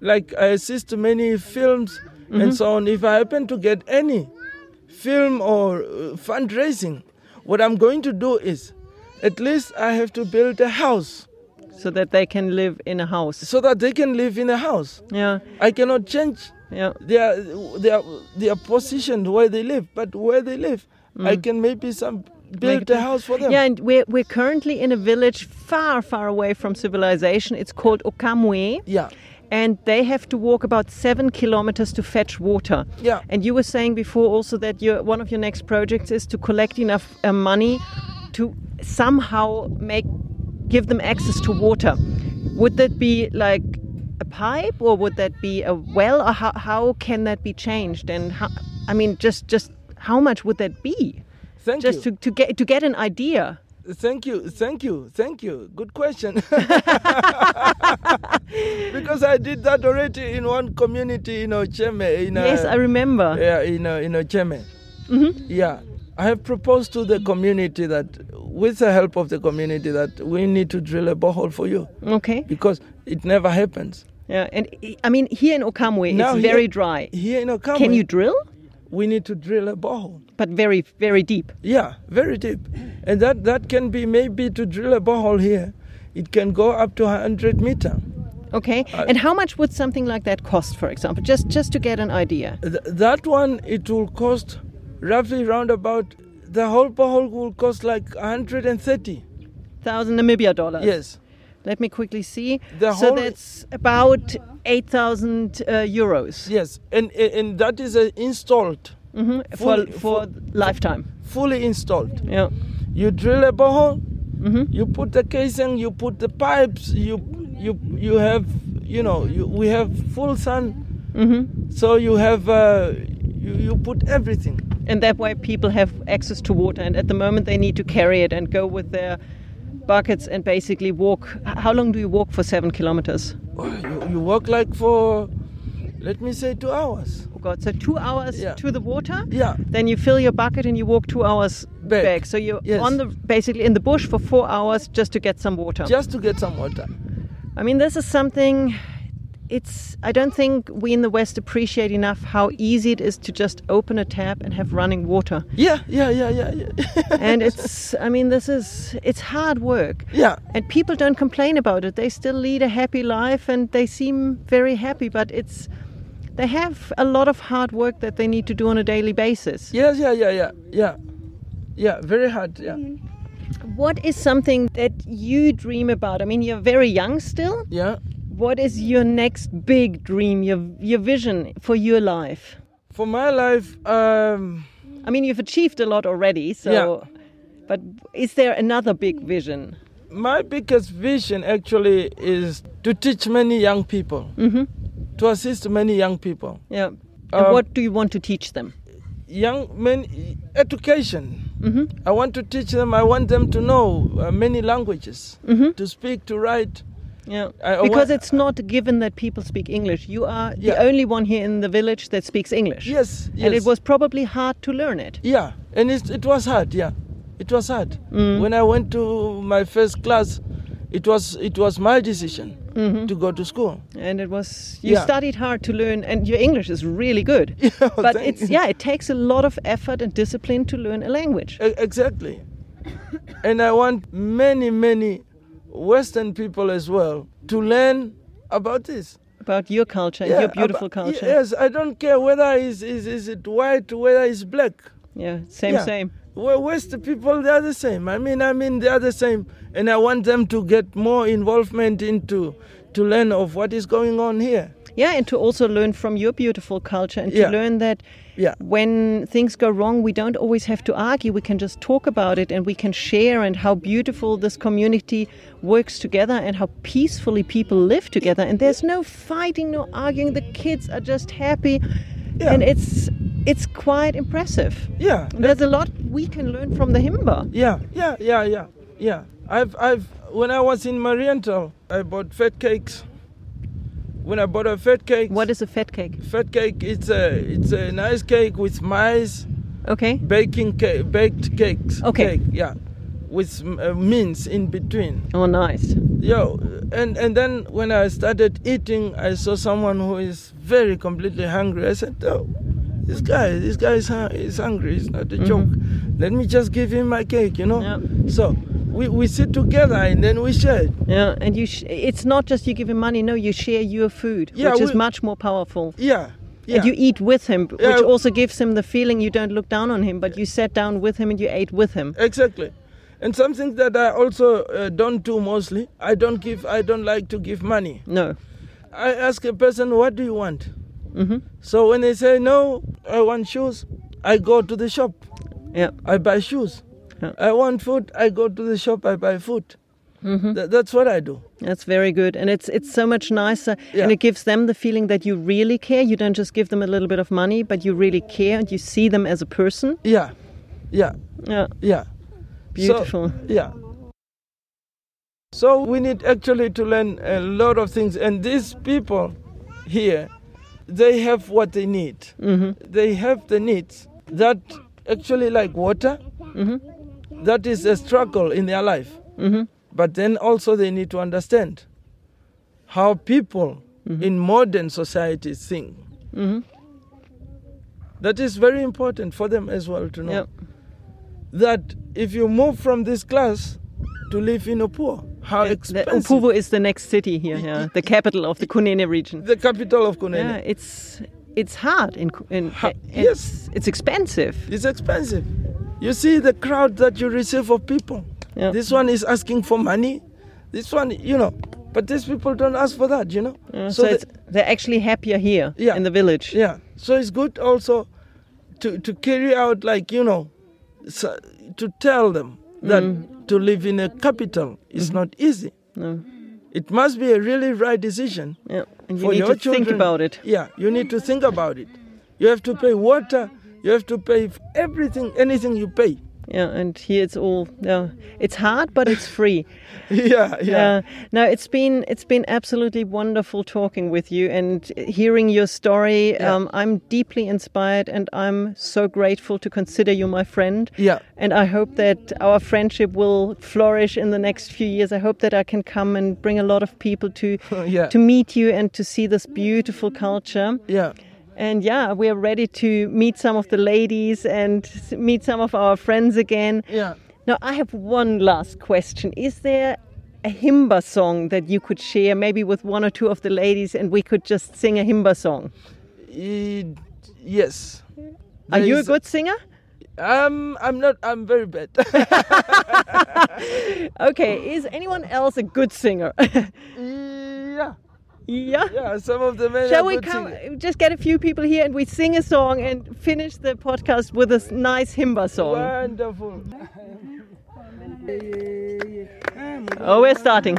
[SPEAKER 2] like I assist many films and so on. If I happen to get any film or uh, fundraising, what I'm going to do is, at least I have to build a house
[SPEAKER 1] So that they can live in a house.
[SPEAKER 2] so that they can live in a house.
[SPEAKER 1] Yeah.
[SPEAKER 2] I cannot change
[SPEAKER 1] Yeah.
[SPEAKER 2] their their their position where they live, but where they live, I can maybe some build
[SPEAKER 1] Mm. Make-
[SPEAKER 2] a house for them.
[SPEAKER 1] Yeah, and we're, we're currently in a village far, far away from civilization. It's called Okamwe.
[SPEAKER 2] Yeah.
[SPEAKER 1] And they have to walk about seven kilometers to fetch water.
[SPEAKER 2] Yeah.
[SPEAKER 1] And you were saying before also that your one of your next projects is to collect enough uh, money to somehow make give them access to water. Would that be like a pipe, or would that be a well, or how, how can that be changed? And how, I mean, just just how much would that be?
[SPEAKER 2] Thank
[SPEAKER 1] Just
[SPEAKER 2] you.
[SPEAKER 1] to, to get to get an idea.
[SPEAKER 2] Thank you. Thank you. Thank you. Good
[SPEAKER 1] [laughs]
[SPEAKER 2] question. [laughs] because I did that already in one community in Ocheme. In
[SPEAKER 1] yes, I
[SPEAKER 2] a,
[SPEAKER 1] remember. Mm-hmm.
[SPEAKER 2] yeah, in a, in Ocheme. Yeah. I have proposed to the community that, with the help of the community, that we need to drill a borehole for you
[SPEAKER 1] Okay.
[SPEAKER 2] because it never happens.
[SPEAKER 1] Yeah, and I- I mean here in Okamwe
[SPEAKER 2] Now
[SPEAKER 1] it's
[SPEAKER 2] here-
[SPEAKER 1] very dry.
[SPEAKER 2] Here in Okamu,
[SPEAKER 1] Can you drill?
[SPEAKER 2] we need to drill a borehole.
[SPEAKER 1] But very very deep.
[SPEAKER 2] Yeah, very deep. And that, that can be maybe to drill a borehole here, it can go up to 100 meter.
[SPEAKER 1] Okay. and how much would something like that cost, for example? Just just to get an idea.
[SPEAKER 2] Th- that one it will cost roughly roundabout, the whole bohol will cost like 130.
[SPEAKER 1] Thousand Namibia dollars.
[SPEAKER 2] Yes.
[SPEAKER 1] Let me quickly see.
[SPEAKER 2] The
[SPEAKER 1] so
[SPEAKER 2] whole-
[SPEAKER 1] that's about 8,000 uh, euros
[SPEAKER 2] Yes, and and that is uh, installed,
[SPEAKER 1] Mhm, for,
[SPEAKER 2] Full-
[SPEAKER 1] for lifetime.
[SPEAKER 2] fully installed.
[SPEAKER 1] Yeah. Mm-hmm.
[SPEAKER 2] You drill a borehole, you put the casing, you put the pipes, you you you have you know you, we have full sun,
[SPEAKER 1] hmm
[SPEAKER 2] so you have uh, you, you put everything.
[SPEAKER 1] And that way people have access to water. And at the moment they need to carry it and go with their buckets and basically walk. H- How long do you walk for seven kilometers?
[SPEAKER 2] Oh, You, you work like for, let me say, two hours.
[SPEAKER 1] Oh God, so two hours
[SPEAKER 2] Yeah.
[SPEAKER 1] to the water?
[SPEAKER 2] Yeah,
[SPEAKER 1] Then you fill your bucket and you walk two hours back.
[SPEAKER 2] Back.
[SPEAKER 1] So you're
[SPEAKER 2] Yes.
[SPEAKER 1] on the basically in the bush for four hours just to get some water.
[SPEAKER 2] just to get some water.
[SPEAKER 1] I mean, this is something. It's. I don't think we in the West appreciate enough how easy it is to just open a tap and have running
[SPEAKER 2] [laughs]
[SPEAKER 1] water.
[SPEAKER 2] Yeah, yeah, yeah, yeah, yeah. [laughs]
[SPEAKER 1] And it's. I mean, this is. It's hard work.
[SPEAKER 2] yeah.
[SPEAKER 1] And people don't complain about it. They still lead a happy life and they seem very happy. But it's. They have a lot of hard work that they need to do on a daily basis.
[SPEAKER 2] Yes, yeah, yeah, yeah, yeah, yeah. Very hard. Yeah,
[SPEAKER 1] What is something that you dream about? I mean, you're very young still.
[SPEAKER 2] yeah.
[SPEAKER 1] What is your next big dream? Your your vision for your life?
[SPEAKER 2] For my life, um,
[SPEAKER 1] I mean, you've achieved a lot already, so. But is there another big vision?
[SPEAKER 2] my biggest vision actually is to teach many young people, to assist many young people,
[SPEAKER 1] Mm-hmm. Yeah. And
[SPEAKER 2] Um,
[SPEAKER 1] what do you want to teach them?
[SPEAKER 2] young men, education.
[SPEAKER 1] Mm-hmm.
[SPEAKER 2] I want to teach them. I want them to know uh, many languages, to speak, to write.
[SPEAKER 1] Mm-hmm. Yeah.
[SPEAKER 2] I- I
[SPEAKER 1] because
[SPEAKER 2] wa-
[SPEAKER 1] it's not given that people speak English. You are the
[SPEAKER 2] Yeah.
[SPEAKER 1] only one here in the village that speaks English.
[SPEAKER 2] Yes, yes.
[SPEAKER 1] And it was probably hard to learn it.
[SPEAKER 2] Yeah, and it, it was hard. Yeah, it was hard.
[SPEAKER 1] Mm.
[SPEAKER 2] When I went to my first class, it was it was my decision
[SPEAKER 1] Mm-hmm. Mm.
[SPEAKER 2] to go to school. [laughs]
[SPEAKER 1] And it was you
[SPEAKER 2] Yeah.
[SPEAKER 1] studied hard to learn, and your English is really
[SPEAKER 2] [laughs]
[SPEAKER 1] good.
[SPEAKER 2] Yeah,
[SPEAKER 1] but
[SPEAKER 2] thank
[SPEAKER 1] it's
[SPEAKER 2] you.
[SPEAKER 1] yeah, it takes a lot of effort and discipline to learn a language.
[SPEAKER 2] E- exactly. and I want many many Western people as well to learn about this.
[SPEAKER 1] About your culture,
[SPEAKER 2] Yeah,
[SPEAKER 1] your
[SPEAKER 2] ab-
[SPEAKER 1] beautiful
[SPEAKER 2] y-
[SPEAKER 1] culture.
[SPEAKER 2] Yes, I don't care whether is is is it white, whether it's black.
[SPEAKER 1] Yeah, same,
[SPEAKER 2] Yeah.
[SPEAKER 1] same.
[SPEAKER 2] Well, West people, they are the same. I mean, I mean, they are the same, and I want them to get more involvement into to learn of what is going on here.
[SPEAKER 1] Yeah, and to also learn from your beautiful culture and
[SPEAKER 2] Yeah.
[SPEAKER 1] to learn that
[SPEAKER 2] Yeah.
[SPEAKER 1] when things go wrong, we don't always have to argue. We can just talk about it and we can share and how beautiful this community works together and how peacefully people live together. And there's no fighting, no arguing. The kids are just happy.
[SPEAKER 2] Yeah.
[SPEAKER 1] And it's it's quite impressive.
[SPEAKER 2] Yeah,
[SPEAKER 1] There's a lot we can learn from the Himba.
[SPEAKER 2] yeah, yeah, yeah, yeah, yeah. I've, I've, when I was in Mariental, I bought fat cakes. When I bought a fat cake,
[SPEAKER 1] What is a fat cake?
[SPEAKER 2] fat cake? It's a, it's a nice cake with maize,
[SPEAKER 1] Okay.
[SPEAKER 2] baking cake, baked cakes.
[SPEAKER 1] Okay.
[SPEAKER 2] Cake, yeah, with uh, mince in between.
[SPEAKER 1] Oh, nice.
[SPEAKER 2] Yo, and and then when I started eating, I saw someone who is very completely hungry. I said, "Oh, this guy, this guy is, hu- is hungry. It's not a
[SPEAKER 1] Mm-hmm.
[SPEAKER 2] joke. Let me just give him my cake, you know."
[SPEAKER 1] Yeah.
[SPEAKER 2] So we, we sit together and then we share. It.
[SPEAKER 1] Yeah, and you sh- it's not just you give him money. No, you share your food,
[SPEAKER 2] Yeah,
[SPEAKER 1] which is
[SPEAKER 2] we-
[SPEAKER 1] much more powerful.
[SPEAKER 2] Yeah, yeah,
[SPEAKER 1] And you e-, eat with him, b-
[SPEAKER 2] Yeah.
[SPEAKER 1] which also gives him the feeling you don't look down on him, but you sat down with him and you ate with him.
[SPEAKER 2] exactly. And something that I also uh, don't do mostly, I don't give, I don't like to give money.
[SPEAKER 1] No.
[SPEAKER 2] I ask a person, "What do you want?"
[SPEAKER 1] hmm
[SPEAKER 2] So when they say, "No, I want shoes," I go to the shop.
[SPEAKER 1] Yeah.
[SPEAKER 2] I buy shoes.
[SPEAKER 1] Yeah.
[SPEAKER 2] I want food. I go to the shop. I buy food. Tha- that's what I do.
[SPEAKER 1] That's very good, and it's it's so much nicer,
[SPEAKER 2] Yeah.
[SPEAKER 1] and it gives them the feeling that you really care. You don't just give them a little bit of money, but you really care, and you see them as a person.
[SPEAKER 2] Yeah, yeah,
[SPEAKER 1] Yeah,
[SPEAKER 2] yeah.
[SPEAKER 1] beautiful.
[SPEAKER 2] So, yeah. So we need actually to learn a lot of things, and these people here, they have what they need. They have the needs that actually, like water, that is a struggle in their life.
[SPEAKER 1] hmm
[SPEAKER 2] But then also they need to understand how people in modern societies think.
[SPEAKER 1] hmm
[SPEAKER 2] That is very important for them as well to know.
[SPEAKER 1] Yeah.
[SPEAKER 2] That if you move from this class to live in Opuo, how
[SPEAKER 1] The,
[SPEAKER 2] expensive
[SPEAKER 1] Upuvo is the next city here, yeah, the capital of the Kunene region.
[SPEAKER 2] the capital of
[SPEAKER 1] Yeah,
[SPEAKER 2] Kunene.
[SPEAKER 1] it's it's hard in, in
[SPEAKER 2] Ha-
[SPEAKER 1] it's,
[SPEAKER 2] yes.
[SPEAKER 1] it's expensive.
[SPEAKER 2] It's expensive. You see the crowd that you receive of people.
[SPEAKER 1] Yeah.
[SPEAKER 2] This one is asking for money. This one, you know, but these people don't ask for that, you know.
[SPEAKER 1] Uh, so
[SPEAKER 2] the-
[SPEAKER 1] it's, they're actually happier here
[SPEAKER 2] Yeah.
[SPEAKER 1] in the village.
[SPEAKER 2] yeah. So it's good also to to carry out like you know, so, to tell them that
[SPEAKER 1] Mm.
[SPEAKER 2] to live in a capital is
[SPEAKER 1] Mm-hmm.
[SPEAKER 2] not easy.
[SPEAKER 1] No.
[SPEAKER 2] It must be a really right decision.
[SPEAKER 1] Yeah. And you
[SPEAKER 2] for
[SPEAKER 1] need
[SPEAKER 2] your
[SPEAKER 1] to
[SPEAKER 2] children.
[SPEAKER 1] think about it.
[SPEAKER 2] Yeah, you need to think about it. You have to pay water. You have to pay f- everything, anything you pay. [laughs]
[SPEAKER 1] Yeah, and here it's all yeah, it's hard but it's free.
[SPEAKER 2] yeah, yeah,
[SPEAKER 1] Uh, no, it's been it's been absolutely wonderful talking with you and hearing your story. Um, I'm deeply inspired, and I'm so grateful to consider you my friend.
[SPEAKER 2] Yeah.
[SPEAKER 1] and I hope that our friendship will flourish in the next few years. I hope that I can come and bring a lot of people to
[SPEAKER 2] [laughs] Yeah.
[SPEAKER 1] to meet you and to see this beautiful culture.
[SPEAKER 2] yeah.
[SPEAKER 1] And yeah, we are ready to meet some of the ladies and s- meet some of our friends again.
[SPEAKER 2] Yeah.
[SPEAKER 1] Now, I have one last question. Is there a Himba song that you could share, maybe with one or two of the ladies, and we could just sing a Himba song?
[SPEAKER 2] It- yes.
[SPEAKER 1] Are
[SPEAKER 2] There
[SPEAKER 1] you a
[SPEAKER 2] is-
[SPEAKER 1] good singer?
[SPEAKER 2] Um, I'm not. I'm very bad. [laughs]
[SPEAKER 1] Okay, is anyone else a good singer? [laughs]
[SPEAKER 2] yeah,
[SPEAKER 1] yeah.
[SPEAKER 2] yeah. Some of the men.
[SPEAKER 1] Shall
[SPEAKER 2] are
[SPEAKER 1] we
[SPEAKER 2] good
[SPEAKER 1] come,
[SPEAKER 2] singers.
[SPEAKER 1] just get a few people here and we sing a song and finish the podcast with a s- nice Himba song?
[SPEAKER 2] Wonderful. [laughs]
[SPEAKER 1] Oh, we're starting.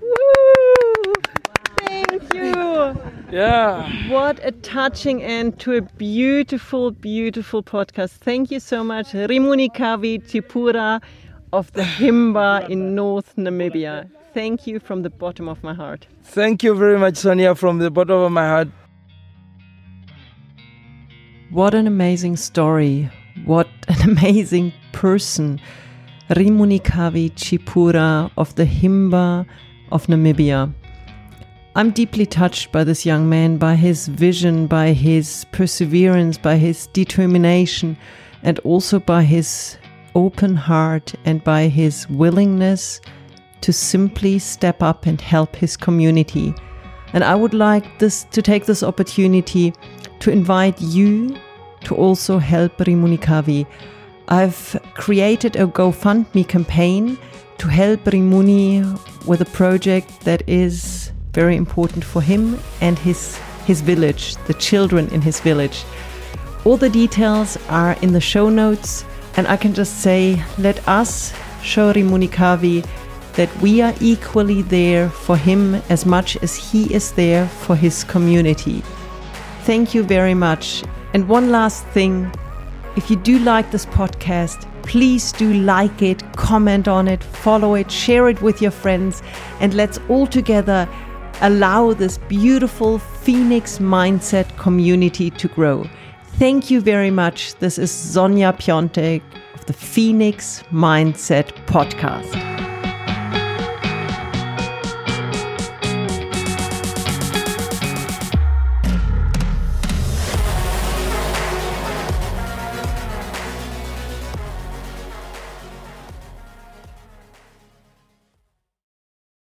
[SPEAKER 1] Woo! Thank you.
[SPEAKER 2] Yeah.
[SPEAKER 1] What a touching end to a beautiful, beautiful podcast. Thank you so much, Rimuni Kavi Tipura of the Himba in North Namibia. Thank you from the bottom of my heart.
[SPEAKER 2] Thank you very much, Sonia, from the bottom of my heart.
[SPEAKER 1] What an amazing story. What [laughs] an amazing person. Rimunikavi Chipura of the Himba of Namibia. I'm deeply touched by this young man, by his vision, by his perseverance, by his determination, and also by his open heart and by his willingness to simply step up and help his community. And I would like this to take this opportunity to invite you to also help Rimunikavi. I've created a GoFundMe campaign to help Rimuni with a project that is very important for him and his his village, the children in his village. All the details are in the show notes, and I can just say let us show Rimunikavi that we are equally there for him as much as he is there for his community. Thank you very much. And one last thing if you do like this podcast, please do like it, comment on it, follow it, share it with your friends, and let's all together allow this beautiful Phoenix Mindset community to grow. Thank you very much. This is Sonja Piontek of the Phoenix Mindset Podcast.